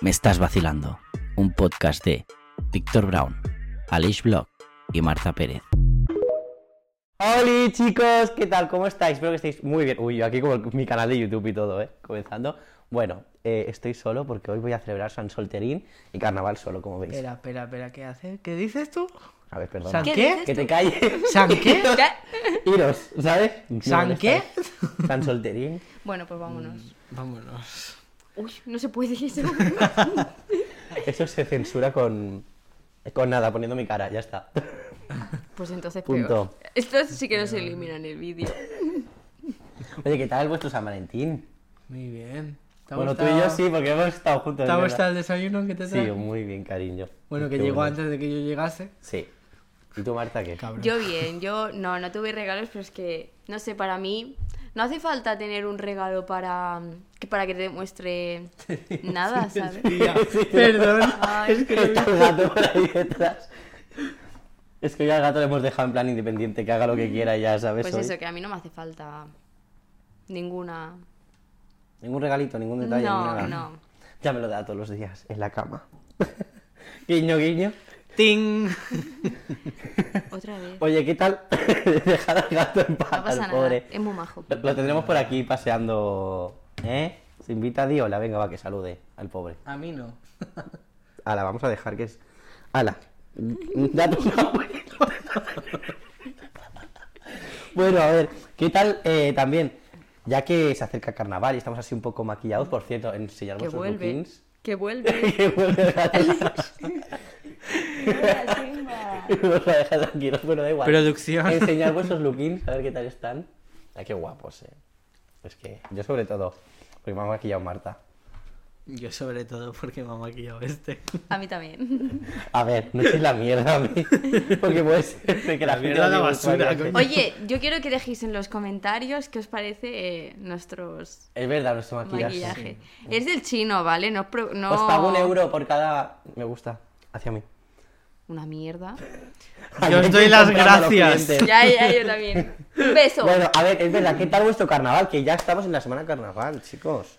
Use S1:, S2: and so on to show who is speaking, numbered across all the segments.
S1: Me estás vacilando. Un podcast de Víctor Brown, Alice Blog y Marta Pérez.
S2: Hola chicos, ¿qué tal? ¿Cómo estáis? Espero que estéis muy bien. Uy, yo aquí como el- mi canal de YouTube y todo, ¿eh? Comenzando. Bueno, eh, estoy solo porque hoy voy a celebrar San Solterín y Carnaval solo, como veis.
S3: Espera, espera, espera, ¿qué hace? ¿Qué dices tú?
S2: A ver, perdón.
S3: ¿San
S4: ¿Qué
S3: qué?
S4: dices?
S2: Que te calles.
S3: ¿San qué?
S2: Iros, ¿sabes? No
S3: ¿San
S2: molestáis.
S3: qué?
S2: San Solterín.
S4: Bueno, pues vámonos.
S3: Vámonos.
S4: Uy, no se puede eso.
S2: Eso se censura con... Con nada, poniendo mi cara, ya está.
S4: pues entonces
S2: Punto.
S4: peor. Esto sí que no se elimina en el vídeo.
S2: Oye, ¿qué tal vuestro San Valentín?
S3: Muy bien. ¿Te ha
S2: Bueno, tú
S3: gustado-
S2: y yo sí, porque hemos estado juntos.
S3: ¿Te ha
S2: ¿verdad?
S3: gustado el desayuno que te
S2: Sí,
S3: trae?
S2: muy bien, cariño.
S3: bueno, que
S2: Qué
S3: llegó
S2: bueno.
S3: antes de que yo llegase.
S2: Sí. ¿Y tú, Marta, qué?
S3: Cabrón.
S4: Yo bien, yo no, no tuve regalos, pero es que, no sé, para mí no hace falta tener un regalo para que, para que te demuestre nada, ¿sabes?
S3: Tía, perdón.
S4: Ay.
S3: es que no
S2: Está el gato por ahí detrás. Es que ya al gato le hemos dejado en plan independiente, que haga lo que quiera ya, ¿sabes?
S4: Pues
S2: Hoy.
S4: eso, que a mí no me hace falta ninguna...
S2: Ningún regalito, ningún detalle.
S4: No,
S2: nada.
S4: no.
S2: Ya me lo da todos los días, en la cama. guiño, guiño.
S3: Ting.
S4: Otra vez.
S2: Oye, ¿qué tal? Dejar al gato en paz,
S4: No pasa
S2: al
S4: nada,
S2: pobre.
S4: es muy majo.
S2: Lo, lo tendremos por aquí paseando. ¿Eh? Se invita a Diola, venga, va, que salude al pobre.
S3: A mí no.
S2: Ala, vamos a dejar que es. Ala. Date una vuelta. Bueno, a ver, ¿qué tal eh, también? Ya que se acerca carnaval y estamos así un poco maquillados, por cierto, enseñar
S4: Que
S2: vuestros
S4: vuelve.
S2: lookings.
S4: Que vuelve.
S2: Que vuelve el gato. Nos la deja tranquilos, bueno, da igual.
S3: Producción.
S2: Enseñar vuestros lookings, a ver qué tal están. Ay, qué guapos, eh. Es que yo sobre todo, porque me ha maquillado Marta.
S3: Yo sobre todo porque me ha maquillado este.
S4: A mí también.
S2: A ver, no es la mierda a mí, porque puede ser que
S3: La
S2: la, gente
S3: mierda, la
S2: diga,
S3: basura,
S2: "Vaya".
S3: coño.
S4: Oye, yo quiero que dejéis en los comentarios qué os parece eh, nuestros
S2: Es verdad, nuestro maquillaje.
S4: maquillaje. Es del chino, ¿vale? No, pro- no...
S2: Os pago un euro por cada. Me gusta. Hacia mí.
S4: Una mierda.
S2: Ay,
S3: os
S2: hay que
S3: doy
S2: ir
S3: las
S2: comprando a los
S3: gracias.
S2: clientes.
S4: Ya, ya, yo también. Un beso.
S2: Bueno, a ver, es verdad, ¿qué tal vuestro carnaval? Que ya estamos en la semana carnaval, chicos.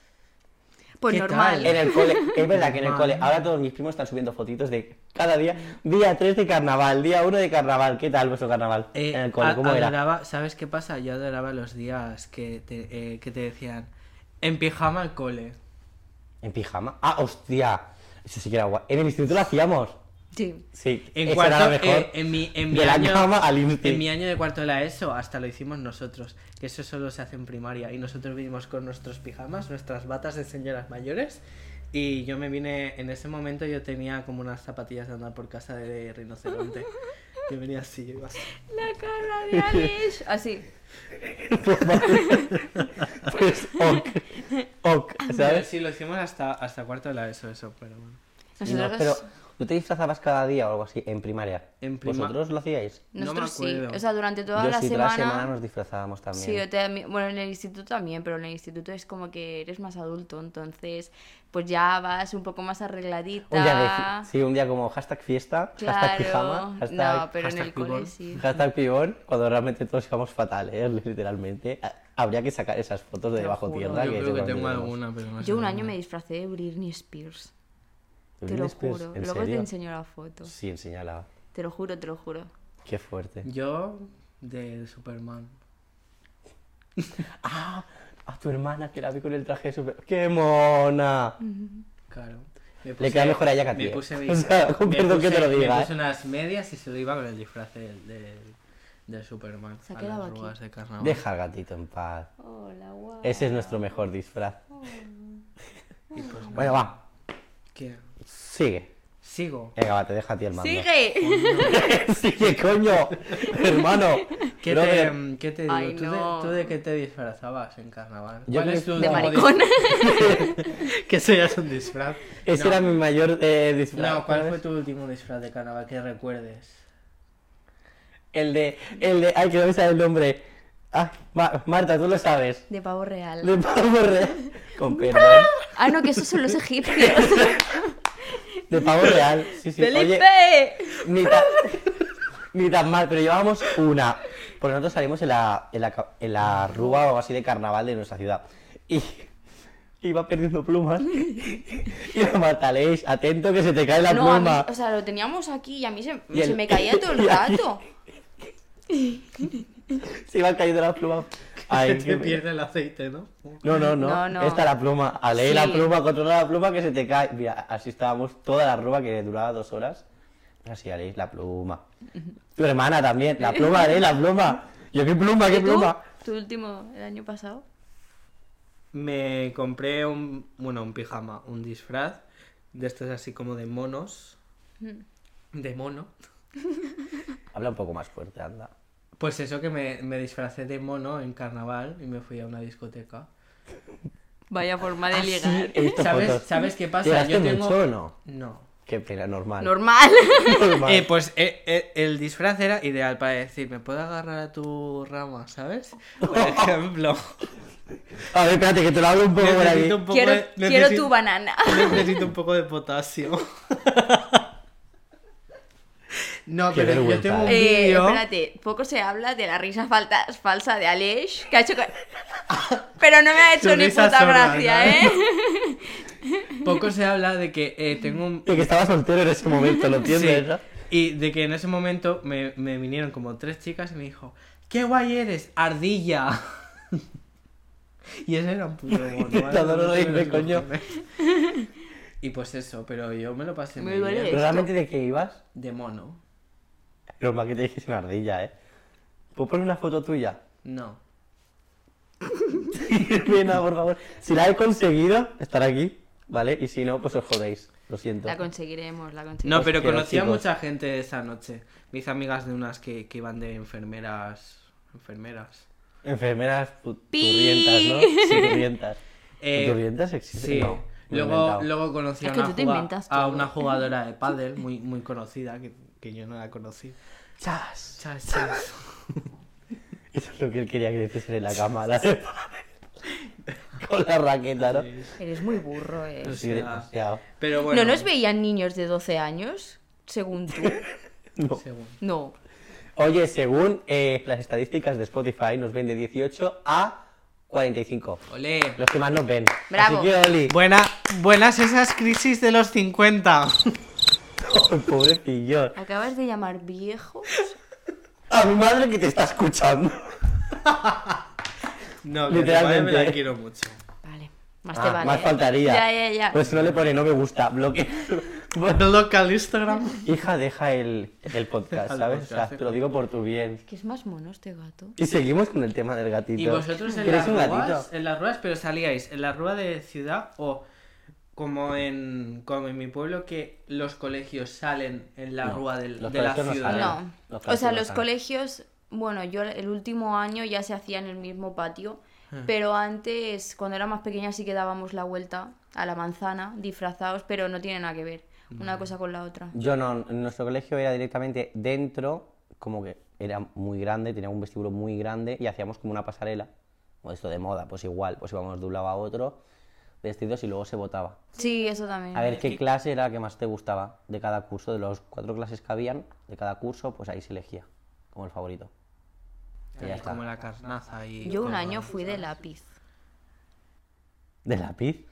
S4: pues
S3: ¿qué
S4: normal.
S2: En el cole, es verdad que en el cole, ahora todos mis primos están subiendo fotitos de cada día. Día 3 de carnaval, día 1 de carnaval. ¿Qué tal vuestro carnaval?
S3: Eh,
S2: en el cole,
S3: a-
S2: ¿cómo era?
S3: adoraba- ¿Sabes qué pasa? Yo adoraba los días que te, eh, que te decían en pijama al cole.
S2: En pijama. Ah, hostia. Eso sí que era guay. En el instituto lo hacíamos.
S4: Sí.
S2: Sí,
S3: En
S2: eso
S3: cuarto,
S2: era lo mejor.
S3: eh, en mi, en mi
S2: de la
S3: año,
S2: cama al insti.
S3: en mi año de cuarto de la ESO, hasta lo hicimos nosotros, que eso solo se hace en primaria, y nosotros vinimos con nuestros pijamas, nuestras batas de señoras mayores, y yo me vine, en ese momento yo tenía como unas zapatillas de andar por casa de rinoceronte, yo venía así, yo iba así.
S4: La cara de Alex. Así.
S2: Pues ok. Ok,
S3: Pero
S2: ¿sabes?
S3: sí, lo hicimos hasta, hasta cuarto de la ESO, eso, pero bueno.
S4: Nosotros...
S2: No, pero tú te disfrazabas cada día o algo así en primaria.
S3: En prima-
S2: ¿Vosotros lo hacíais?
S3: No me
S4: Nosotros sí,
S3: acuerdo.
S4: o sea, durante toda
S2: Yo
S4: la
S2: sí,
S4: semana.
S2: toda la semana nos disfrazábamos también.
S4: Sí, yo también- bueno, en el instituto también, pero en el instituto es como que eres más adulto, entonces pues ya vas un poco más arregladita.
S2: un día de fi- sí, un día como hashtag fiesta, hashtag
S4: Claro.
S2: pijama, hashtag,
S4: no, pero en
S3: hashtag
S4: el cole
S3: pibón.
S4: sí.
S2: hashtag pibón, cuando realmente todos íbamos fatal, ¿eh? literalmente. Ah, Habría que sacar esas fotos de
S4: Te lo
S2: debajo
S4: juro.
S2: tierra.
S3: Yo creo que
S2: seguramente
S3: tengo
S2: tenemos.
S3: alguna, pero no sé
S4: Yo un año
S3: dónde.
S4: me disfracé de Britney Spears, te
S2: Britney
S4: lo
S2: Spears,
S4: juro.
S2: pues? ¿en
S4: Luego te
S2: serio?
S4: enseño la foto.
S2: Sí, enseñala.
S4: Te lo juro, te lo juro.
S2: Qué fuerte.
S3: Yo de Superman.
S2: ¡Ah! A tu hermana que la vi con el traje de super... ¡Qué mona!
S3: Claro. Me
S2: Le queda mejor a ella que a ti,
S3: Me
S2: eh.
S3: puse, mi-
S2: O sea, con
S3: me
S2: perdón que te lo
S3: puse-
S2: diga,
S3: Me
S2: eh.
S3: puse unas medias y se lo iba con el disfraz del de, del Superman.
S4: Se ha
S3: a
S4: quedado
S3: las
S4: aquí.
S3: rugas de carnaval.
S2: Deja al gatito en paz.
S4: Hola, guau.
S2: Ese es nuestro mejor disfraz.
S3: Y pues,
S2: Bueno, va.
S3: ¿qué?
S2: Sigue.
S3: Sigo.
S2: Venga, va, te deja a ti el mando.
S4: ¡Sigue!
S2: Sigue, coño. Hermano.
S3: ¿Qué
S2: Brother.
S3: te, em, ¿Qué te digo?
S4: Ay,
S3: ¿Tú,
S4: no.
S3: de, tú de qué te disfrazabas en carnaval?
S2: Yo
S3: ¿Cuál
S2: me-
S3: es tu
S2: De
S4: De
S3: último
S4: maricón.
S3: disfraz? que eso ya es un disfraz.
S2: Ese
S3: no.
S2: era mi mayor eh, disfraz.
S3: No, ¿cuál fue
S2: ¿sabes?
S3: tu último disfraz de carnaval que recuerdes?
S2: El de. El de. Ay, que no me sale el nombre. Ah, Ma- Marta, tú lo sabes.
S4: De pavo real.
S2: De pavo real. Con perdón.
S4: Ah, no, que esos son los egipcios.
S2: De pavo real. Sí, sí. Oye,
S4: ¡Felipe!
S2: ni tan, ni tan mal, pero llevábamos una. Porque nosotros salimos en la, en la, ca- en la rúa o así de carnaval de nuestra ciudad. Y, y va perdiendo plumas. y lo mata Aleix, atento que se te cae la
S4: no, a mí,
S2: pluma.
S4: o sea, lo teníamos aquí y a mí se,
S2: Y
S4: se
S2: el-
S4: me caía todo
S2: y
S4: el
S2: a mí-
S4: rato.
S2: Se iban cayendo las plumas. Ay,
S3: Se te
S2: qué-
S3: pierde el aceite, ¿no?
S2: No, no, no,
S4: No, no.
S2: Esta la pluma. A leer la
S4: Sí.
S2: pluma, controla la pluma que se te cae. Mira, así estábamos toda la ropa que duraba dos horas. Así, a leer la pluma. Tu hermana también. La pluma, a leer la pluma. Yo, qué pluma,
S4: ¿Y
S2: qué
S4: tú?
S2: pluma.
S4: ¿Tu último, el año pasado?
S3: Me compré un, bueno, un pijama, un disfraz, de estos así como de monos,
S4: Mm.
S3: de mono.
S2: Habla un poco más fuerte, anda.
S3: Pues eso que me, me disfracé de mono en carnaval y me fui a una discoteca.
S4: Vaya forma
S2: Ah,
S4: de ligar.
S2: He visto
S3: ¿Sabes-
S2: fotos.
S3: sabes qué pasa?
S2: ¿Llegaste
S3: Yo tengo-
S2: mucho o no?
S3: No.
S2: Qué pena, normal.
S4: Normal.
S2: Normal.
S3: Eh, pues eh, eh, el disfraz era ideal para decir, me puedo agarrar a tu rama, ¿sabes? Por ejemplo,
S2: A ver, espérate, que te lo hablo un poco por aquí.
S3: necesito un poco
S4: quiero
S3: de-
S2: pues,
S4: quiero
S3: necesi-
S4: tu banana.
S3: Necesito un poco de potasio. No,
S2: Qué
S3: pero yo
S2: vergüenza,
S3: tengo un
S4: Eh,
S3: vídeo.
S4: espérate, poco se habla de la risa falta, falsa de Aleix, que ha hecho... que- Pero no me ha
S3: Su
S4: hecho ni
S3: risa
S4: puta
S3: sorda,
S4: gracia,
S3: ¿no?
S4: ¿eh?
S3: Poco se habla de que eh, tengo un.
S2: Y que estaba soltero en ese momento, ¿lo entiendes?
S3: Sí.
S2: no?
S3: Y de que en ese momento me, me vinieron como tres chicas y me dijo: ¡Qué guay eres, ardilla! y ese era un puto mono. ¿vale?
S2: No, no, no,
S3: sé
S2: dime,
S3: los
S2: coño.
S3: cojones. Y pues eso, pero yo me lo pasé
S4: Me
S3: muy
S4: duele.
S3: bien.
S2: ¿Pero realmente de qué ibas?
S3: De mono.
S2: Normal que te dijese una ardilla, ¿eh? ¿Puedo poner una foto tuya?
S3: No.
S2: Pena, por favor. Si la he conseguido, estar aquí, ¿vale? Y si no, pues os jodéis. Lo siento.
S4: La conseguiremos, la conseguiremos.
S3: No, pero
S2: quiero,
S3: conocí a
S2: chicos.
S3: mucha gente esa noche. Mis amigas de unas que, que iban de enfermeras. Enfermeras.
S2: Enfermeras pu-
S4: Pi.
S2: turrientas, ¿no? Sí, turrientas.
S3: Eh,
S2: ¿Turrientas existen?
S3: Sí.
S2: No, me lo he
S3: luego,
S2: inventado.
S3: luego conocí a
S4: Es que
S3: una,
S4: tú te
S3: juga-
S4: inventas
S3: a
S4: todo.
S3: una jugadora de pádel muy, muy conocida que, que yo no la conocí.
S2: Chas.
S3: Chas, chas.
S2: Eso es lo que él quería que dijese en la cama. la de- Con la raqueta, ¿no?
S4: Eres muy burro, ¿eh?
S2: Sí,
S3: sea.
S2: demasiado.
S3: Pero bueno.
S4: ¿No nos veían niños de 12 años? Según tú.
S2: No.
S3: según.
S4: No.
S2: Oye, según eh, las estadísticas de Spotify, nos ven de 18 a 45.
S3: Olé.
S2: Los que más nos ven.
S4: Bravo.
S2: Así que, Oli.
S3: Buena- buenas esas crisis de los 50.
S2: Pobrecillo.
S4: ¿Acabas de llamar viejos?
S2: A mi madre que te está escuchando.
S3: No, que
S2: Literalmente.
S3: Literalmente. me la quiero mucho.
S4: Vale. Más
S2: Ah,
S4: te vale. ¿eh?
S2: Más faltaría.
S4: Ya, ya, ya.
S2: Pues no le pone no me gusta, bloque. Bueno,
S3: Local Instagram.
S2: hija, deja el, el podcast,
S3: Deja el
S2: ¿sabes?
S3: podcast,
S2: o sea, te lo digo por tu bien.
S4: Que es más mono este gato.
S2: Y seguimos con el tema del gatito.
S3: Y vosotros en
S2: ¿Quieres
S3: las,
S2: un gatito?
S3: ruas, en las ruas, pero salíais en la rúa de ciudad o como en, como en mi pueblo que los colegios salen en la
S2: No,
S3: rúa del-
S2: los
S3: de la
S2: colegios no
S3: ciudad.
S2: salen.
S4: No.
S2: Los
S4: o sea,
S2: colegios no
S4: los
S2: salen.
S4: colegios, bueno, yo el último año ya se hacía en el mismo patio,
S2: Hmm.
S4: pero antes, cuando era más pequeña, sí que dábamos la vuelta a la manzana, disfrazados, pero no tiene nada que ver
S2: Hmm.
S4: una cosa con la otra.
S2: Yo no, en nuestro colegio era directamente dentro, como que era muy grande, tenía un vestíbulo muy grande y hacíamos como una pasarela. O esto de moda, pues igual, pues íbamos de un lado a otro vestidos y luego se votaba.
S4: Sí, eso también.
S2: A ver,
S3: Eh,
S2: ¿qué clase era la que más te gustaba de cada curso? De los cuatro clases que habían, de cada curso, pues ahí se elegía como el favorito. Y ya
S3: Ahí
S2: está.
S3: Como la carnaza y...
S4: Yo un
S3: todo.
S4: año fui de lápiz.
S2: ¿De lápiz?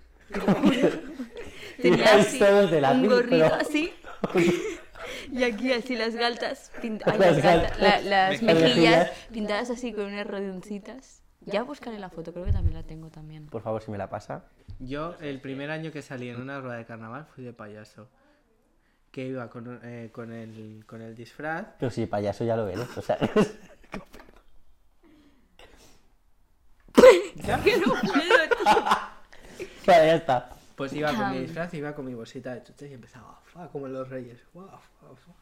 S4: Tenía
S2: Ibais
S4: así
S2: todos de lápiz,
S4: un gorrito
S2: pero-
S4: así. Y aquí así las galtas, pint- ay,
S2: Las
S4: las, galtas,
S2: galtas.
S4: la- las
S2: Mejillas.
S4: mejillas pintadas así con unas redoncitas. Ya buscaré la foto, creo que también la tengo también.
S2: Por favor, si me la pasa.
S3: Yo el primer año que salí en una rueda de carnaval fui de payaso. Que iba con, un- eh, con, el, con el disfraz
S2: Pero si payaso ya lo eres, o sea...
S4: Que no puedo,
S2: vale, ya está.
S3: Pues iba con mi
S4: Am.
S3: disfraz, iba con mi bolsita de chuches y empezaba "Fua", como en los reyes. "Fua, fua, fua",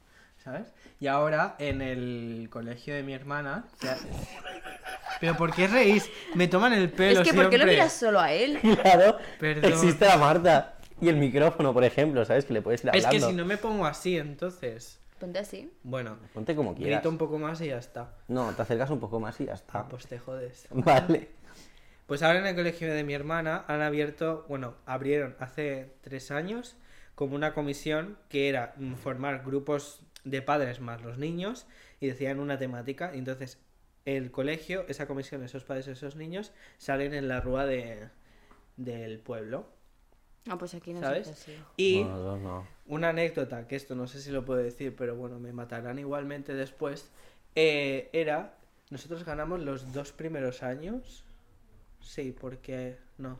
S3: ¿Sabes? Y ahora en el colegio de mi hermana. ya- Pero ¿por qué reís? Me toman el pelo.
S4: Es que ¿por qué lo
S3: siempre.
S4: miras solo a él?
S2: Claro,
S3: Perdón.
S2: existe la Marta. Y el micrófono, por ejemplo, ¿sabes? Que le puedes ir
S3: Es
S2: hablando.
S3: que si no me pongo así, entonces.
S4: Ponte así.
S3: Bueno,
S2: Ponte como quieras. Ah.
S3: grito un poco más y ya está.
S2: No, te acercas un poco más y ya está.
S3: Pues te jodes.
S2: Vale.
S3: Pues ahora en el colegio de mi hermana han abierto, bueno, abrieron hace tres años como una comisión que era mm, formar grupos de padres más los niños y decían una temática. Y entonces el colegio, esa comisión, esos padres, esos niños salen en la rúa de, del pueblo,
S4: Ah, pues aquí no
S3: ¿sabes?
S4: se hace así.
S3: Y
S2: Bueno, nosotros no.
S3: una anécdota, que esto no sé si lo puedo decir, pero bueno, me matarán igualmente después, eh, era, nosotros ganamos los dos primeros años, sí, porque no,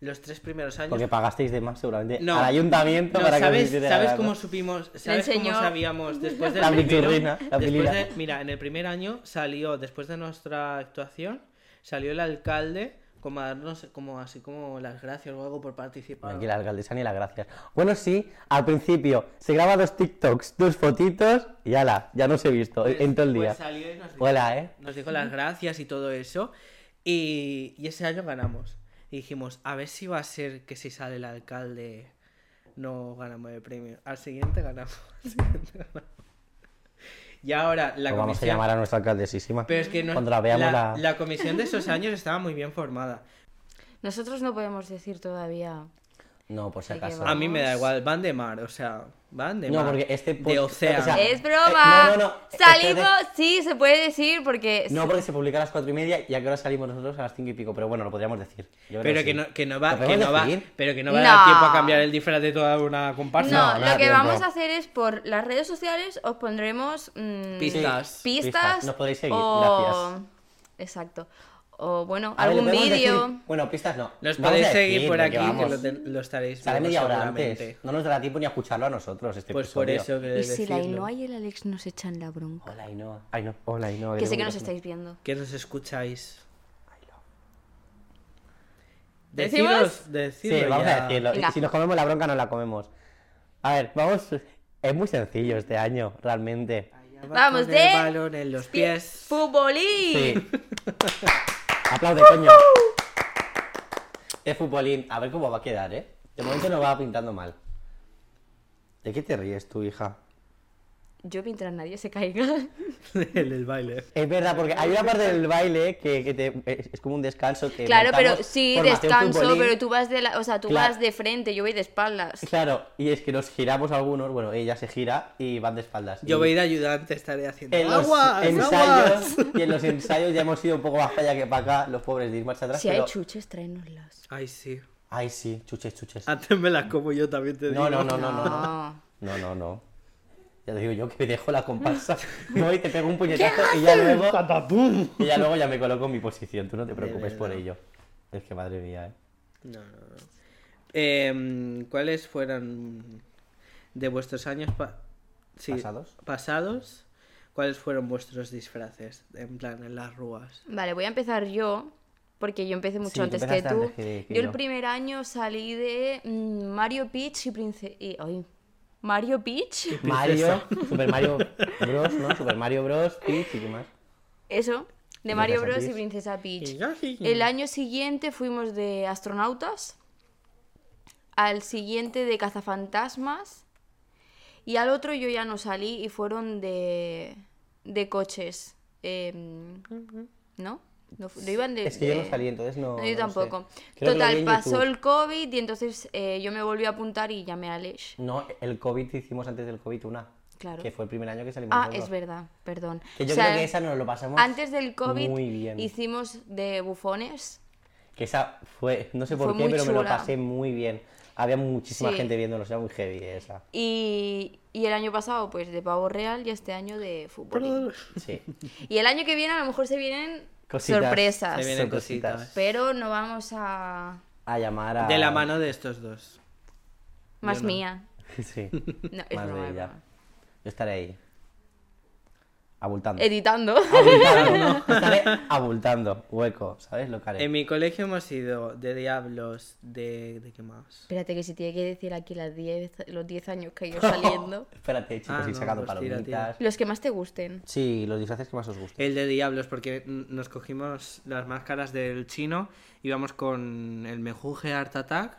S3: los tres primeros años...
S2: Porque pagasteis de más seguramente
S3: No.
S2: al ayuntamiento
S3: No,
S2: para que os
S3: ¿sabes,
S2: hiciera
S3: ¿sabes
S2: la-
S3: cómo supimos? ¿Sabes cómo
S4: enseñó
S3: sabíamos después del
S2: La
S3: primero?
S2: pinturrina, la
S3: después
S2: pilina.
S3: de- mira, en el primer año salió, después de nuestra actuación, salió el alcalde como a darnos como así como las gracias o algo por participar.
S2: Aquí la alcaldesa ni las gracias. Bueno, sí, al principio se graba dos TikToks, dos fotitos y ala, ya no se he visto
S3: Pues-
S2: en todo el
S3: pues
S2: día.
S3: salió y nos dijo,
S2: Hola, ¿eh?
S3: nos dijo las gracias y todo eso. Y, y ese año ganamos. Y dijimos, a ver si va a ser que si sale el alcalde no ganamos el premio. Al siguiente ganamos. Al siguiente ganamos. Y ahora la
S2: Pues vamos a
S3: comisión...
S2: llamar a nuestra alcaldesísima.
S3: Pero es que no-
S2: Cuando la veamos la-
S3: la comisión de esos años estaba muy bien formada.
S4: Nosotros no podemos decir todavía.
S2: No, por si
S4: Hay que
S2: acaso.
S3: A mí me da
S4: Vamos.
S3: igual, van de mar, o sea, van de
S2: No,
S3: mar.
S2: porque este
S3: De
S2: podcast-
S3: océano.
S2: o sea,
S4: ¡Es
S2: eh,
S4: broma!
S2: no, no, no, este
S4: Salimos, sí, se puede decir porque.
S2: No, porque se publica a las cuatro y media y a qué hora salimos nosotros a las cinco y pico, pero bueno, lo podríamos decir. Yo creo
S3: pero que,
S2: sí.
S3: no, que no va,
S2: ¿Lo
S3: que
S2: podemos
S3: no va,
S2: decir?
S3: pero que no va a
S4: No.
S3: dar tiempo a cambiar el disfraz de toda una
S4: No,
S3: comparsa.
S2: No, no
S4: lo
S2: da
S4: que
S2: tiempo.
S4: vamos a hacer es por las redes sociales os pondremos mm,
S3: Pistas.
S4: pistas.
S2: Pistas. Nos podéis seguir,
S4: o- Exacto. O bueno,
S2: A ver,
S4: algún
S2: ¿lo podemos
S4: vídeo.
S2: decir? Bueno, pistas no.
S3: Nos
S2: Vamos
S3: podéis
S2: a
S3: seguir
S2: decir,
S3: por
S2: porque
S3: aquí, que
S2: vamos,
S3: lo, ten- lo estaréis
S2: Sale
S3: viendo
S2: media hora
S3: seguramente.
S2: antes. No nos dará tiempo ni a escucharlo a nosotros este
S3: Pues por
S2: episodio.
S3: eso que
S4: Y si la
S3: decirlo.
S4: Ainhoa y el Alex nos echan la bronca.
S2: Hola, Ainhoa. Ay, no. Hola, Ainhoa.
S4: que sé que
S2: tengo
S4: nos
S2: muchas-
S4: estáis viendo.
S3: Que nos escucháis.
S4: ¿Decimos?
S3: Deciros, decidlo
S2: Sí, vamos
S3: ya.
S2: a decirlo.
S4: Venga.
S2: Si nos comemos la bronca, no la comemos. A ver, vamos. Es muy sencillo este año, realmente.
S3: Ya va
S4: Vamos,
S3: con
S4: de-
S3: el balón en los pies.
S4: ¡Futbolín!
S2: Sí. Aplaude, coño. Es futbolín. A ver cómo va a quedar, ¿eh? De momento no va pintando mal. ¿De qué te ríes tú, hija?
S4: Yo mientras nadie se caiga.
S3: en el baile.
S2: Es verdad, porque hay una parte del baile que, que te- es, es como un descanso. Que
S4: claro,
S2: eh, montamos,
S4: pero sí,
S2: formación
S4: descanso,
S2: futbolín.
S4: pero tú vas de la, o sea, tú
S2: Claro.
S4: vas de frente, yo voy de espaldas.
S2: Claro, y es que nos giramos algunos, bueno, ella se gira y van de espaldas.
S3: Yo
S2: Y
S3: voy de ayudante, estaré haciendo
S2: en los
S3: aguas,
S2: ensayos
S3: aguas.
S2: y en los ensayos ya hemos ido un poco más para allá que para acá, los pobres de ir marcha atrás.
S4: Si
S2: pero-
S4: hay chuches, tráenoslas.
S3: Ay, sí.
S2: Ay, sí, chuches, chuches.
S3: Antes me las como yo también te digo.
S2: No, no, no, no, no, no.
S4: No.
S2: No, no, no. Ya te digo yo que me dejo la comparsa. Voy, te pego un puñetazo y ya luego.
S3: ¡Catapum!
S2: Y ya luego ya me coloco en mi posición. Tú no te preocupes por
S3: verdad.
S2: ello. Es que madre mía, eh.
S3: No, no, no. Em, ¿Cuáles fueron de vuestros años pa- sí,
S2: ¿Pasados?
S3: pasados? ¿Cuáles fueron vuestros disfraces? En plan, en las rúas.
S4: Vale, voy a empezar yo, porque yo empecé mucho
S2: Sí, tú
S4: antes que
S2: empezaste
S4: tú.
S2: antes que- que
S4: yo el
S2: yo.
S4: primer año salí de mm, Mario Peach y Princesa... Ay, Mario Peach,
S2: Mario, Super Mario Bros, ¿no? Super Mario Bros, Peach y qué más.
S4: eso, de Mario
S2: Princesa
S4: Bros y
S2: Peach.
S4: Princesa Peach. El año siguiente fuimos de astronautas, al siguiente de cazafantasmas y al otro yo ya no salí y fueron de, de coches. em, ¿No? No, fu- no iban de,
S2: Es que yo no
S4: de-
S2: salí, entonces no.
S4: No, yo
S2: no sé.
S4: tampoco.
S2: Creo que lo vi
S4: Total,
S2: en
S4: pasó
S2: YouTube.
S4: el COVID y entonces eh, yo me volví a apuntar y llamé a Alex.
S2: No, el COVID hicimos antes del COVID una.
S4: Claro.
S2: Que fue el primer año que salimos.
S4: Ah,
S2: nosotros.
S4: es verdad, perdón.
S2: Que yo
S4: O sea,
S2: creo que esa nos lo pasamos.
S4: antes del COVID
S2: Muy bien.
S4: hicimos de bufones.
S2: Que esa fue, no sé por
S4: Fue
S2: qué,
S4: muy
S2: pero me lo
S4: chula.
S2: pasé muy bien. Había muchísima
S4: Sí.
S2: gente viéndonos, era muy heavy esa.
S4: Y, y el año pasado, pues de pavo real y este año de fútbol.
S2: Sí.
S4: Y el año que viene a lo mejor se vienen
S2: Cositas.
S4: sorpresas.
S3: Se vienen cositas.
S4: Pero no vamos a.
S2: A llamar a.
S3: De la mano de estos dos.
S4: Más
S3: no.
S4: mía.
S2: Sí.
S4: No, es
S2: Más de
S4: broma, es
S2: ella.
S4: broma.
S2: Yo estaré ahí. Abultando.
S4: Editando.
S2: Abultando. estaré abultando. Hueco, ¿sabes lo que haré?
S3: En mi colegio hemos ido de diablos, de... ¿De qué más?
S4: Espérate, que si tiene que decir aquí las 10 los 10 años que yo saliendo.
S2: Espérate, chicos,
S3: Ah, no,
S2: ir sacando
S3: pues tira,
S2: palomitas.
S3: tira.
S4: Los que más te gusten.
S2: Sí, los disfraces que más os gusten.
S3: El de diablos, porque mm, nos cogimos las máscaras del chino, íbamos con el mejuje Art Attack,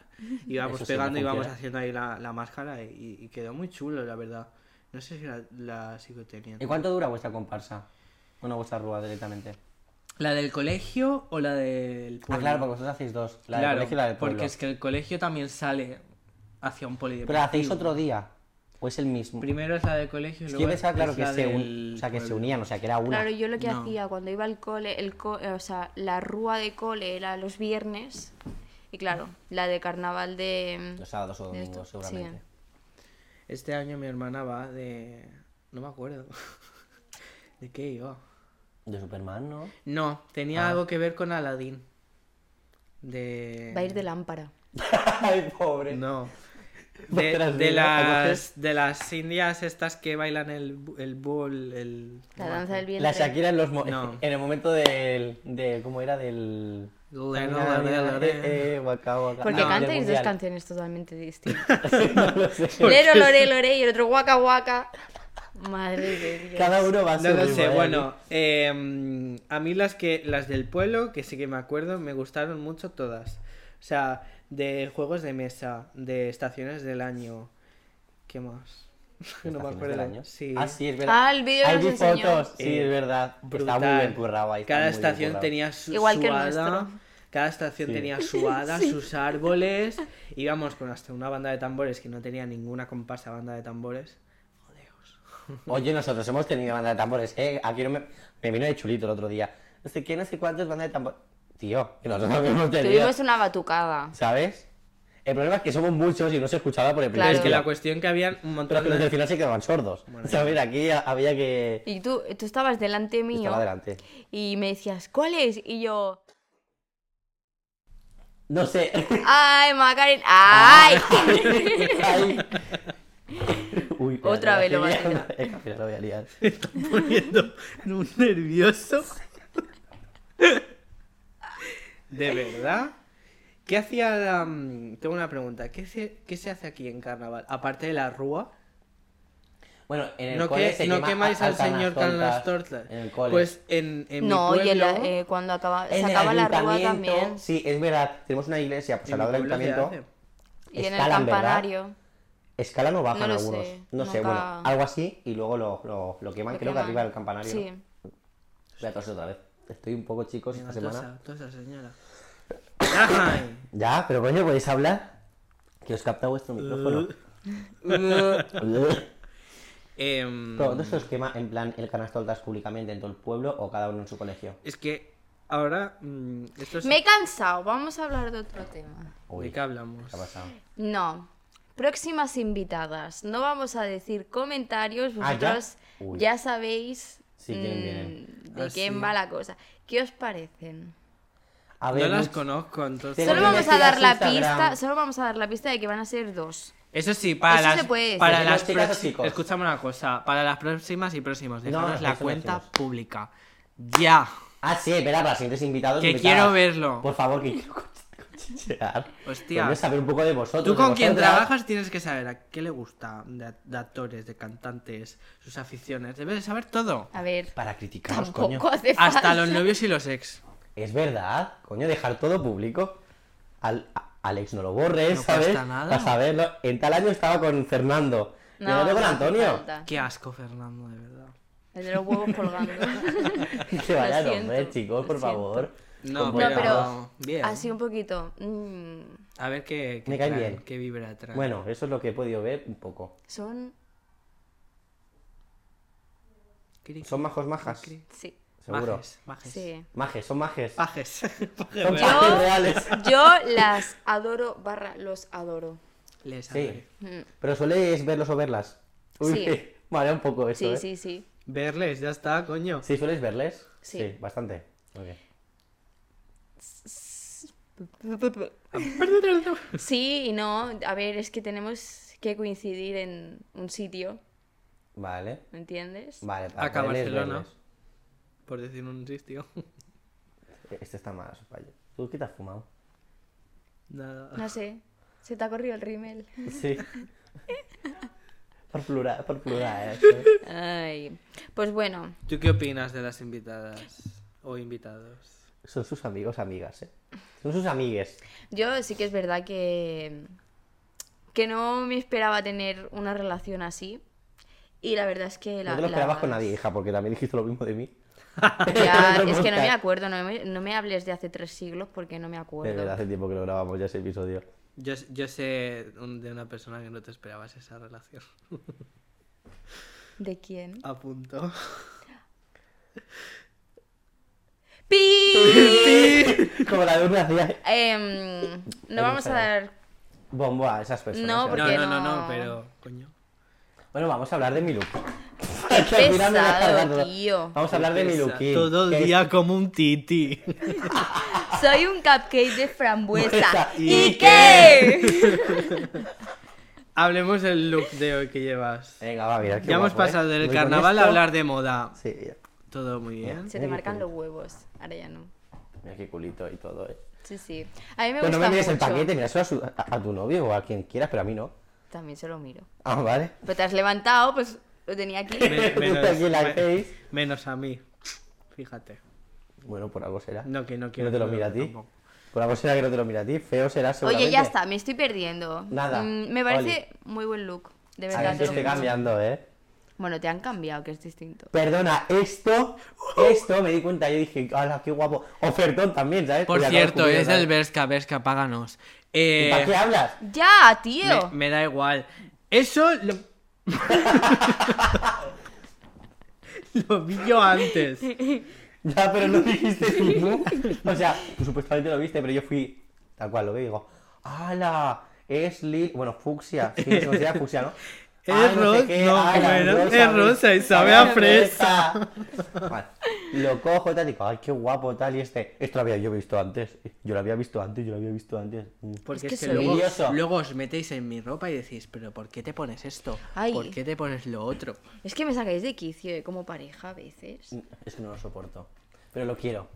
S3: íbamos
S2: Eso sí,
S3: pegando,
S2: me
S3: íbamos
S2: funciona.
S3: haciendo ahí la, la máscara y, y quedó muy chulo, la verdad. No sé si la, la sigo teniendo.
S2: ¿Y cuánto dura vuestra comparsa? Bueno, vuestra rúa directamente.
S3: ¿La del colegio o la del
S2: Ah,
S3: pueblo?
S2: claro, porque vosotros hacéis dos. La
S3: Claro,
S2: del colegio y la del pueblo.
S3: porque es que el colegio también sale hacia un polideportivo.
S2: Pero la hacéis otro día. ¿O es el mismo?
S3: Primero es la del colegio y
S2: Es
S3: luego
S2: que yo pensaba, claro,
S3: es
S2: que,
S3: la
S2: se, un-
S3: del
S2: o sea, que se
S3: pueblo.
S2: unían, o sea, que era una.
S4: Claro, yo lo que
S3: No.
S4: hacía cuando iba al cole, el co- eh, o sea, la rúa de cole era los viernes Y claro, la de carnaval de...
S2: Los sábados o
S4: de esto.
S2: domingos,
S4: Sí.
S2: seguramente.
S3: Este año mi hermana va de... No me acuerdo. ¿De qué iba?
S2: De Superman, ¿no?
S3: No, tenía algo que ver con Aladdin. De...
S4: Va a ir de lámpara.
S2: Ay, pobre.
S3: No.
S2: Vos
S3: De,
S2: eras
S3: de
S2: niña, entonces.
S3: las, de las indias estas que bailan el, bu- el bol, el...
S4: La danza del vientre.
S2: La Shakira en los mo-
S3: No.
S2: en el momento del, de cómo era del
S3: La, la, la, la, la.
S2: Eh, eh, guaca, guaca.
S4: Porque
S2: Ah, del
S4: cantáis dos
S2: mundial.
S4: canciones totalmente distintas.
S2: No lo sé.
S4: Lero, lore, lore y el otro guaca, guaca. Madre de Dios.
S2: Cada uno va a
S3: No
S2: ser
S3: lo sé, bueno, eh, a mí las que las del pueblo, que sí que me acuerdo, me gustaron mucho todas. O sea, de juegos de mesa, de estaciones del año, ¿qué más? No me acuerdo.
S2: del año.
S3: Sí.
S2: Ah, sí, es verdad.
S4: Ah, el vídeo
S2: Ahí
S4: nos
S2: vi
S4: enseñó.
S2: fotos. Sí,
S3: Eh,
S2: es verdad.
S3: Brutal.
S2: Pues Está muy bien currado ahí. está
S3: Cada
S2: muy bien
S3: estación
S2: currado.
S3: tenía su,
S4: Igual
S3: su
S4: que el
S3: hada,
S4: nuestro.
S3: Cada estación
S2: Sí.
S3: tenía su hada, sus árboles. Íbamos con hasta una banda de tambores que no tenía ninguna comparsa banda de tambores.
S2: Oye, nosotros hemos tenido banda de tambores. Eh, aquí no me... me vino de chulito el otro día. No sé qué, no sé cuántos banda de tambores. Tío, que nosotros no hemos tenido.
S4: Tuvimos una batucada.
S2: ¿Sabes? El problema es que somos muchos y no se escuchaba por el primer
S4: Claro.
S3: Es que la
S2: día.
S3: cuestión que habían un
S2: Pero
S3: montón
S2: que los del
S3: de...
S2: final se quedaban sordos. ¿Sabes? Aquí ha- había que.
S4: Y tú, tú estabas delante mío
S2: Estaba adelante.
S4: y me decías, ¿cuál es? Y yo,
S2: No sé.
S4: ¡ay, Macarena! ¡Ay!
S2: Ah. Ay. Uy, espera,
S4: Otra
S2: espera,
S4: vez lo va a
S2: que-
S4: liar.
S2: Eh, espera, lo voy a liar.
S3: Están poniendo en un nervioso. ¿De verdad? ¿Qué hacía la... mm, Tengo una pregunta. ¿Qué se, qué se hace aquí en carnaval? Aparte de la rúa.
S2: Bueno, en el
S3: ¿No,
S2: cole
S3: que-
S2: se
S3: no
S2: quema-
S3: quemáis al
S2: asaltan
S3: señor
S2: las
S3: con las
S2: tortas
S3: tortas?
S2: En el cole.
S3: Pues en, en
S4: No,
S3: mi pueblo...
S4: y en la- eh, cuando acaba, se
S2: En el
S4: acaba la rúa
S2: ayuntamiento-
S4: también.
S2: Sí, es verdad. Tenemos una iglesia pues,
S3: en
S2: al
S3: mi
S2: lado del
S3: pueblo se
S2: ayuntamiento.
S3: hace.
S4: Y en el
S2: escalan, ¿verdad?
S4: campanario.
S2: Escala no bajan
S4: No lo
S2: algunos.
S4: sé,
S2: no sé,
S4: nunca-
S2: bueno, algo así y luego lo, lo, lo queman,
S4: lo
S2: creo
S4: queman.
S2: que arriba del campanario.
S4: Sí.
S2: ¿no? Voy a toser otra vez. Estoy un poco chicos
S3: Venga,
S2: esta semana.
S3: tosa, tosa, señora. Ay.
S2: Ya, pero coño, podéis hablar. Que os capta vuestro micrófono.
S3: Em,
S2: Todo esto os quema en plan el canastoltas públicamente en todo el pueblo o cada uno en su colegio.
S3: es que ahora... mm, esto es...
S4: Me he cansado, vamos a hablar de otro tema.
S2: Uy,
S3: ¿De qué
S2: ¿qué
S3: hablamos?
S2: ha pasado?
S4: No. Próximas invitadas. No vamos a decir comentarios,
S2: Ah, ¿ya?
S4: vosotros
S2: Uy.
S4: ya sabéis
S2: Sí, quién
S4: mm,
S2: vienen.
S4: de
S3: Ah,
S4: quién
S3: sí.
S4: va la cosa. ¿Qué os parecen?
S2: A
S3: No las
S2: Luz,
S3: conozco, entonces...
S2: Pero
S4: Solo
S2: yo
S4: vamos a
S2: decía
S4: dar la
S2: Instagram.
S4: pista, solo vamos a dar la pista de que van a ser dos.
S3: Eso sí, para
S4: Eso
S3: las,
S4: se puede decir.
S3: para
S2: Decimos
S3: las
S2: chicas o
S3: próxi-
S2: chicos.
S3: Escúchame una cosa, para las próximas y próximos, dejadnos
S2: eso
S3: la
S2: lo
S3: cuenta
S2: decimos.
S3: pública. Ya.
S2: Ah, sí, espera, para los siguientes invitados.
S3: Que
S2: invitadas.
S3: quiero verlo.
S2: Por favor, que quiero cochi- cochichear.
S3: Hostia.
S2: Quiero saber un poco de vosotros.
S3: Tú
S2: de
S3: con quien
S2: vosotras.
S3: trabajas tienes que saber a qué le gusta de, a- de actores, de cantantes, sus aficiones. Debes de saber todo.
S4: A ver,
S2: Para criticaros, coño.
S4: tampoco hace falta.
S3: Hasta los novios y los ex.
S2: Es verdad, coño, dejar todo público. Al, a- Alex, no lo borres,
S3: No
S2: ¿sabes?
S3: cuesta nada.
S2: Para saberlo. En tal año estaba con Fernando. y ahora con
S4: hace
S2: Antonio.
S4: falta.
S3: Qué asco, Fernando, de verdad.
S4: El de los huevos colgando.
S2: Que vaya
S4: Lo
S2: nombre,
S4: siento,
S2: chicos,
S4: lo
S2: por favor.
S3: No,
S2: Con
S4: No,
S3: pero,
S2: buena voz.
S4: pero
S3: bien.
S4: así un poquito. mm,
S3: A ver qué, qué
S2: Me cae
S3: traen,
S2: bien.
S3: qué vibra trae.
S2: Bueno, eso es lo que he podido ver un poco.
S4: son.
S3: Cri-
S2: ¿Son majos majas?
S3: cri-
S4: Sí,
S2: Seguro.
S3: Majes, majes.
S4: sí.
S2: Majes, son majes.
S3: Pajes. Pajes,
S2: Son
S3: ¿verdad?
S2: majes reales.
S4: Yo las adoro, barra los adoro.
S3: Les
S2: Sí.
S3: adoré.
S2: Pero sueles verlos o verlas. Uy,
S4: Mm. Sí.
S2: vale, un poco eso.
S4: Sí,
S2: ¿eh?
S4: sí, sí.
S3: Verles, ya está, coño.
S2: ¿Sí sueles verles?
S4: Sí.
S2: bastante. Muy bien.
S4: Sí y no. A ver, es que tenemos que coincidir en un sitio,
S2: Vale.
S4: ¿me entiendes?
S2: Vale, para
S3: Acá
S2: verles,
S3: Barcelona.
S2: verles.
S3: Por decir un sitio.
S2: Este está más fallo. ¿Tú qué te has fumado?
S3: Nada.
S4: No sé. Se te ha corrido el rímel.
S2: Sí. por plural, por plural. ¿eh?
S4: Ay. Pues bueno,
S3: ¿Tú qué opinas de las invitadas o invitados?
S2: Son sus amigos, amigas, ¿eh? Son sus amigues.
S4: yo sí que es verdad que. que no me esperaba tener una relación así. Y la verdad es que la.
S2: no te lo
S4: la-
S2: esperabas con nadie, hija, porque también dijiste lo mismo de mí.
S4: Ya,
S2: No
S4: es que no me
S2: podcast.
S4: acuerdo, no me, no me hables de hace tres siglos porque no me
S2: De verdad,
S4: acuerdo.
S2: hace tiempo que lo grabamos ya ese episodio.
S3: Yo, yo sé un- de una persona que no te esperabas esa relación.
S4: ¿De quién?
S3: A punto.
S4: ¡Pi!
S2: Como la de una hacía
S4: Em, no vamos a dar.
S2: bomba a esas personas.
S4: No,
S2: ¿sabes?
S4: porque-
S3: No, no, no,
S4: no?
S3: no, pero. Coño.
S2: Bueno, vamos a hablar de mi look. Que al final me voy a cargar
S4: Pesado,
S2: todo.
S4: tío.
S2: Vamos a hablar de mi
S3: Pesa
S2: looking.
S3: Todo
S2: que
S3: el
S2: es-
S3: día como un titi.
S4: Soy un cupcake de frambuesa.
S2: Frambuesa.
S4: ¿Y qué?
S3: Hablemos del look de hoy que llevas.
S2: Venga, va, mira. qué
S3: ya hemos
S2: guapo, ¿eh?
S3: pasado del
S2: Voy con
S3: carnaval a
S2: esto.
S3: hablar de moda.
S2: Sí, mira.
S3: Todo muy bien.
S4: Se te marcan los huevos. Ahora ya no.
S2: Mira qué culito y todo, eh.
S4: Sí, sí. A mí me
S2: Pero no
S4: gusta
S2: me mires el
S4: mucho.
S2: paquete, mira, eso a, su- a- a tu novio o a quien quieras, pero a mí no.
S4: También se lo miro.
S2: Ah, vale.
S4: Pero te has levantado, pues lo tenía aquí.
S3: Me-
S2: Tú aquí la hacéis.
S3: menos a mí. Fíjate.
S2: Bueno, por algo será.
S3: No, que no
S2: Que
S3: quiero.
S2: no te lo
S3: que
S2: mira a
S3: lo-
S2: ti.
S3: tampoco.
S2: Por algo será que no te lo mira a ti. Feo será seguramente.
S4: Oye, ya está, me estoy perdiendo.
S2: Nada,
S4: Mm, me parece muy buen look. De
S2: A
S4: verdad.
S2: ver,
S4: te lo
S2: te estoy
S4: juro.
S2: cambiando, eh.
S4: Bueno, te han cambiado, que es distinto.
S2: Perdona, esto, esto me di cuenta, yo dije, ¡hala, qué guapo! Ofertón también, ¿sabes? Pues
S3: Por
S2: Porque acabo
S3: cierto,
S2: de
S3: es del
S2: escuchar,
S3: Berska, Berska, páganos.
S2: ¿sabes?
S3: Eh,
S2: ¿Para qué hablas?
S4: ¡Ya, tío!
S3: me, me da igual. Eso lo. lo vi yo antes.
S2: Ya, pero no dijiste ningún. O sea, tú supuestamente lo viste, pero yo fui tal cual, lo vi y digo, ¡hala! Es Lil. Bueno, fucsia. Sí, se considera fucsia, ¿no? ah,
S3: Es
S2: Ay,
S3: ros- no,
S2: ala,
S3: bueno, es rosa y sabe a
S2: Vale, lo cojo y tal, digo, ¡ay, qué guapo! Tal y este. Esto lo había yo visto antes. Yo lo había visto antes, yo lo había visto antes. Mm.
S3: Porque
S4: Es que
S3: es que,
S4: soy-
S3: luego,
S2: Envidioso.
S3: luego os metéis en mi ropa y decís, pero ¿por qué te pones esto?
S4: Ay.
S3: ¿Por qué te pones lo otro?
S4: Es que me sacáis de quicio, eh, como pareja a veces.
S2: Es que no lo soporto. Pero lo quiero.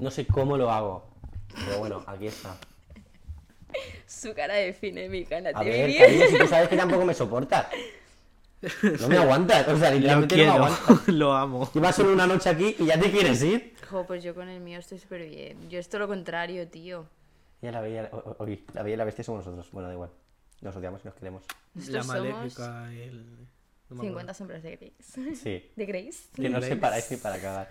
S2: No sé cómo lo hago. Pero bueno, aquí está.
S4: Su cara define mi gana
S2: A
S4: de
S2: ver,
S4: vivir.
S2: cariño, si tú sabes que tampoco me soportas. No me aguantas. O sea,
S3: Lo
S2: literalmente no me
S3: quiero,
S2: aguantas.
S3: lo amo.
S2: Llevas solo una noche aquí y ya te quieres ir.
S4: Jo, pues yo con el mío estoy súper bien. Yo esto lo contrario, tío.
S2: Ya la veía, oye, la veía y la bestia somos nosotros. Bueno, da igual. Nos odiamos y nos queremos.
S3: La
S4: Nosotros somos
S3: maléfica, el... no me
S4: 50 sombras de Grace.
S2: Sí.
S4: ¿De Grace?
S2: Que no
S3: Grace.
S2: separáis ni para cagar.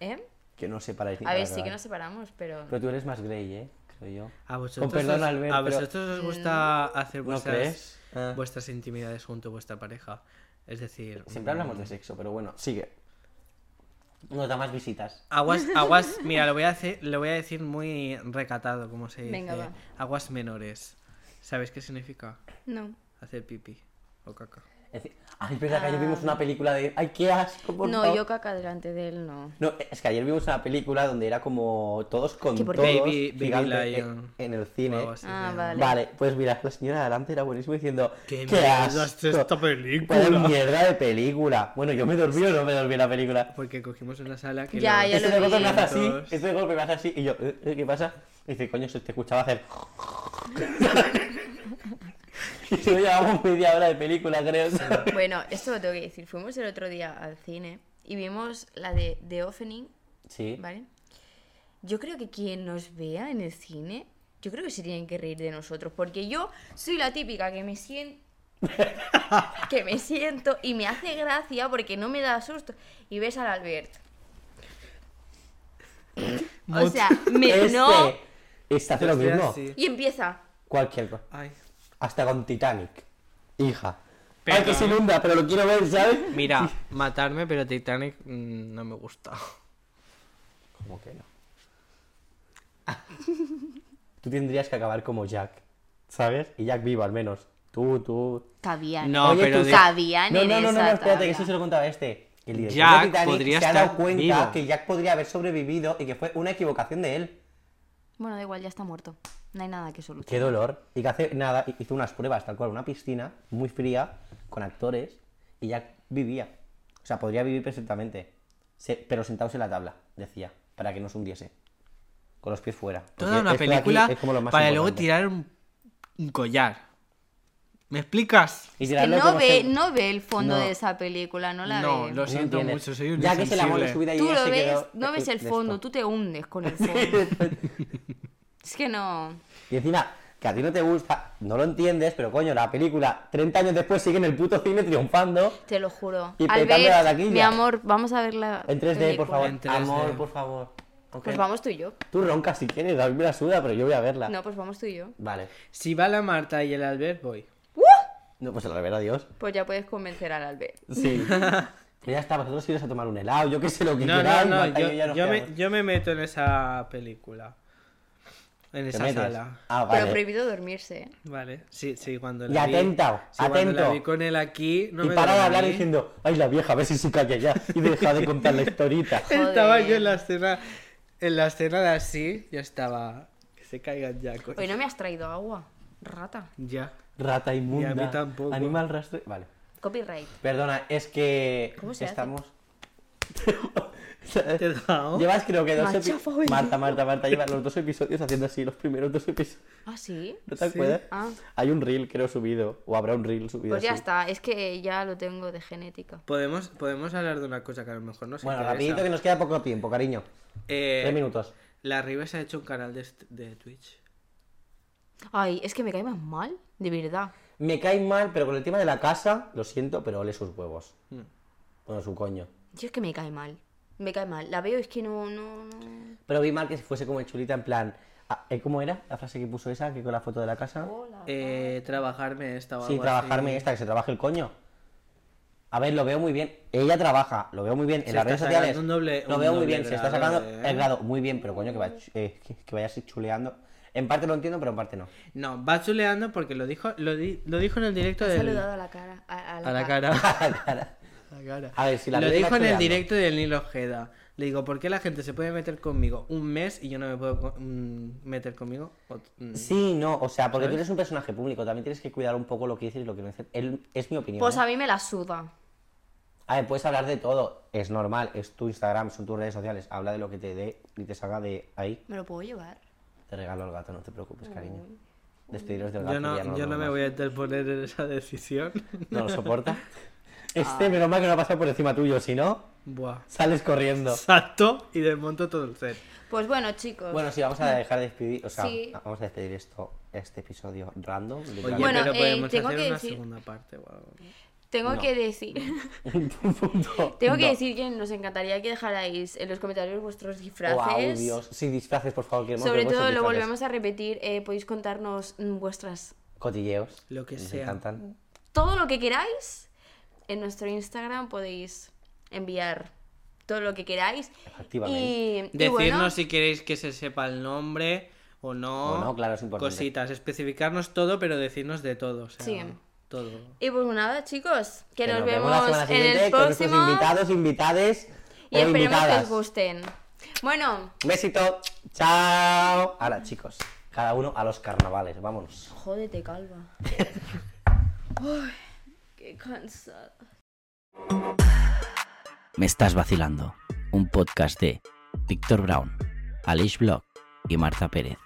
S4: ¿Eh?
S2: Que no separáis ni
S4: A
S2: para
S4: ver, sí que
S2: cagar.
S4: nos separamos, pero...
S2: Pero tú eres más Grey, ¿eh? Creo yo.
S3: ¿A vosotros,
S2: Con perdón,
S3: os,
S2: Albert,
S3: a
S2: pero-
S3: vosotros os
S4: Mm.
S3: gusta hacer
S2: ¿No
S3: vuestras,
S2: crees? Ah.
S3: vuestras intimidades junto a vuestra pareja? Es decir,
S2: Siempre hablamos de sexo, pero bueno, sigue. Nos da más visitas.
S3: aguas, aguas, mira, lo voy a hacer, lo voy a decir muy recatado, como se dice.
S4: Venga, va.
S3: Aguas menores. ¿Sabéis qué significa?
S4: No.
S3: Hacer pipí o caca.
S2: Es decir, Ay, pero que ayer vimos una película de. ¡Ay, qué asco! Por
S4: Ah. No,
S2: favor.
S4: yo caca delante de él, no.
S2: No, es que ayer vimos una película donde era como todos con
S4: ¿Qué,
S2: todos
S4: por qué?
S3: Baby- Baby
S2: gigante,
S3: Lion.
S2: en, en el
S3: o
S2: cine.
S3: algo así,
S4: Ah,
S3: ¿no?
S4: vale.
S2: Vale. pues mira, la señora de adelante era buenísima diciendo
S3: ¡Qué
S2: ¡Qué,
S3: mierda
S2: asco!
S3: es esta película!
S2: ¡Vaya mierda de película! Bueno, yo me dormí o no me dormí en la película.
S3: Porque cogimos una sala que
S4: Ya,
S3: lo-
S4: ya
S2: Este
S4: lo
S2: de golpe me hace así,
S3: Entonces-
S2: este de golpe me hace así, y yo, "Eh, eh, ¿qué pasa? Y dice, coño, se te escuchaba hacer... y se llevamos media hora de película, creo. ¿sabes?
S4: Bueno, esto lo tengo que decir. Fuimos el otro día al cine y vimos la de The Offening,
S2: Sí.
S4: ¿vale? Yo creo que quien nos vea en el cine, yo creo que se tienen que reír de nosotros, porque yo soy la típica que me siento que me siento y me hace gracia porque no me da susto y ves al Albert. O
S3: Mut-
S4: sea, me
S2: Este,
S4: no
S2: este hace lo
S3: Estoy
S2: mismo.
S3: así.
S4: y empieza.
S2: Cualquier cosa.
S3: Ay.
S2: Hasta con Titanic. Hija.
S3: Pero-
S2: Ay, que se inunda, pero lo quiero ver, ¿sabes?
S3: Mira, matarme, pero Titanic mm, no me gusta.
S2: Como que no. Tú tendrías que acabar como Jack, ¿sabes? Y Jack vivo al menos. Tú, tú.
S4: Cabían.
S3: No,
S2: Oye,
S3: pero
S2: tú
S3: de-
S4: Cabían
S2: No,
S4: en
S2: no, no, no,
S4: esa
S2: espérate, que eso
S4: tabla.
S2: se lo contaba este. Que El director
S3: Jack
S2: de Titanic
S3: podría
S2: se ha
S3: estar
S2: dado cuenta
S3: vivo.
S2: que Jack podría haber sobrevivido y que fue una equivocación de él.
S4: Bueno, da igual, ya está muerto. No hay nada que solucionar.
S2: Qué dolor. Y que hace nada hi- hizo unas pruebas, tal cual, una piscina muy fría, con actores, y Jack vivía. O sea, podría vivir perfectamente. Se- pero sentados en la tabla, decía, para que no se hundiese. Con los pies fuera.
S3: Toda
S2: Porque
S3: una
S2: esto de aquí
S3: película
S2: es como lo más
S3: para luego
S2: importante.
S3: tirar un, un collar. ¿Me explicas?
S2: Y
S4: Que
S2: tirarlo
S4: no
S2: como
S4: ve,
S2: se-
S4: no ve el fondo
S2: No.
S4: de esa película, no la
S3: No,
S4: ve.
S3: lo
S2: No
S3: siento
S2: entiendes.
S3: mucho, soy un
S2: Ya que es el amor de su
S3: insensible.
S2: vida y
S4: Tú
S2: ella
S4: lo
S2: se
S4: ves,
S2: quedó-
S4: no ves
S2: eh,
S4: el
S2: de
S4: fondo,
S2: esto.
S4: tú te hundes con el fondo. es que no.
S2: Y encima, que a ti no te gusta, no lo entiendes, pero coño, la película 30 años después sigue en el puto cine triunfando.
S4: Te lo juro.
S2: Y petando la
S4: Albert,
S2: taquilla.
S4: mi amor, vamos a ver la.
S2: En 3D, por
S4: película.
S2: favor.
S3: En 3D.
S2: Amor, por favor. Ok. Ah.
S4: Pues vamos tú y yo.
S2: Tú roncas si quieres, a mí me la suda, pero yo voy a verla.
S4: No, pues vamos tú y yo.
S2: Vale.
S3: Si va la Marta y el Albert, voy.
S2: No, pues a la verdad, Dios.
S4: Pues ya puedes convencer al Albert.
S2: Sí. Ya está, vosotros iros a tomar un helado, yo qué sé lo que
S3: No, no,
S2: queráis,
S3: no,
S2: Marta y
S3: yo,
S2: ya nos
S3: yo me,
S2: quedamos.
S3: yo me meto en esa película. En
S2: ¿Te
S3: esa
S2: metes?
S3: sala.
S2: Ah, vale.
S4: Pero prohibido dormirse, ¿eh?
S3: Vale, sí, sí, cuando
S2: Y
S3: la vi-
S2: atento,
S3: sí, cuando la
S2: atento.
S3: vi con él aquí, no
S2: y
S3: me
S2: para de
S3: dormí.
S2: hablar diciendo, ay, la vieja, a ver si se calla ya. Y deja de contar la historita.
S3: Estaba
S4: Joder.
S3: yo en la escena, en la escena de así, yo estaba, que se caigan ya, coño.
S4: Hoy no me has traído agua, rata.
S3: Ya.
S2: Rata inmunda.
S3: Ni a mí tampoco.
S2: Animal rastre. Vale.
S4: Copyright.
S2: Perdona, es que.
S4: ¿Cómo se hace?
S2: estamos.
S3: Te he dado.
S2: Llevas creo que dos
S4: Me ha chafado
S2: episodios.
S4: el
S2: Marta, Marta, Marta, llevas los dos episodios haciendo así, los primeros dos episodios.
S4: Ah, sí.
S2: ¿No te
S3: Sí.
S2: acuerdas?
S4: Ah.
S2: Hay un reel, creo, subido. O habrá un reel subido.
S4: Pues ya
S2: así.
S4: está, es que ya lo tengo de genética.
S3: Podemos, podemos hablar de una cosa que a lo mejor no se
S2: Bueno, rapidito que nos queda poco tiempo, cariño. Tres minutos.
S3: La Rives ha hecho un canal de, est- de Twitch.
S4: Ay, es que me cae más mal, de verdad.
S2: Me cae mal, pero con el tema de la casa, lo siento, pero ole sus huevos. Bueno, su coño.
S4: Yo es que me cae mal. Me cae mal. La veo y es que no, no, no.
S2: Pero vi mal que fuese como el chulita en plan. ah, eh, ¿Cómo era la frase que puso esa? Que con la foto de la casa.
S3: Eh, trabajarme esta o
S2: Sí,
S3: algo
S2: trabajarme
S3: así.
S2: esta, que se trabaje el coño. A ver, lo veo muy bien. Ella trabaja, lo veo muy bien. En
S3: Se
S2: las
S3: está
S2: redes
S3: sacando
S2: sociales.
S3: un doble-
S2: lo
S3: un
S2: veo muy
S3: doble
S2: bien. Se está
S3: grado,
S2: sacando
S3: ¿eh?
S2: el grado muy bien, pero coño, que, va, eh, que, que vayas chuleando. En parte lo entiendo, pero en parte no.
S3: No, va chuleando porque lo dijo, lo, di- lo dijo en el directo
S4: Me ha
S3: del...
S4: saludado a la cara. A, a la,
S3: a la
S4: cara.
S3: cara.
S2: Cara.
S3: La cara.
S2: A ver, si la
S3: Lo
S2: ley va
S3: dijo en el
S2: chuleando.
S3: directo del Nilo Ojeda. Le digo, ¿por qué la gente se puede meter conmigo un mes y yo no me puedo co- mm, meter conmigo? ot- mm?
S2: Sí, no, o sea, porque tú
S3: ¿Sabes?
S2: eres un personaje público, también tienes que cuidar un poco lo que dices y lo que no dices. Él- es mi opinión.
S4: Pues
S2: ¿eh?
S4: a mí me la suda.
S2: A ver, puedes hablar de todo, es normal, es tu Instagram, son tus redes sociales, habla de lo que te dé y te salga de ahí.
S4: ¿Me lo puedo llevar?
S2: Te regalo al gato, no te preocupes, cariño. Despediros del gato.
S3: Yo
S2: que ya
S3: no,
S2: lo
S3: yo
S2: veo
S3: no me
S2: más.
S3: voy a interponer en esa decisión.
S2: No lo soporta.
S4: Ah.
S2: Este, menos mal que no ha pasado por encima tuyo, si no,
S3: Buah.
S2: sales corriendo.
S3: Salto y desmonto todo el set.
S4: Pues bueno, chicos.
S2: Bueno, sí, vamos a dejar de despedir, o sea,
S4: Sí.
S2: vamos a despedir esto, este episodio random.
S3: Oye,
S4: Bueno,
S3: pero
S4: eh,
S3: podemos
S4: tengo
S3: hacer
S4: que
S3: una
S4: decir-
S3: segunda parte. guau.
S4: tengo
S2: no.
S4: que decir.
S2: Punto.
S4: Tengo que
S2: No.
S4: decir que nos encantaría que dejarais en los comentarios vuestros
S2: O
S4: disfraces.
S2: audios. Sí, disfraces, por favor, queremos
S4: Sobre
S2: ver vuestros
S4: todo lo
S2: disfraces.
S4: volvemos a repetir. eh, podéis contarnos mm, vuestras
S2: Cotilleos.
S3: Lo que
S2: nos
S3: sea.
S2: encantan.
S4: todo lo que queráis. En nuestro Instagram podéis enviar todo lo que queráis.
S2: Efectivamente.
S4: Y, y
S3: Decirnos
S4: bueno,
S3: si queréis que se sepa el nombre o no.
S2: O no, claro, es importante.
S3: Cositas, especificarnos todo, pero decirnos de todo. O sea,
S4: Sí.
S3: Todo.
S4: y pues nada, chicos, que, nos, vemos,
S2: la semana
S4: en
S2: siguiente
S4: el
S2: con nuestros
S4: próximo
S2: invitados, invitades
S4: y
S2: o
S4: esperemos que
S2: invitadas.
S4: os gusten. Bueno,
S2: Besito. Chao. Ahora, chicos, cada uno a los carnavales. Vámonos.
S4: jódete, calva. Uy, qué cansada.
S1: Me estás vacilando. Un podcast de Víctor Brown, Aleix Blog y Marta Pérez.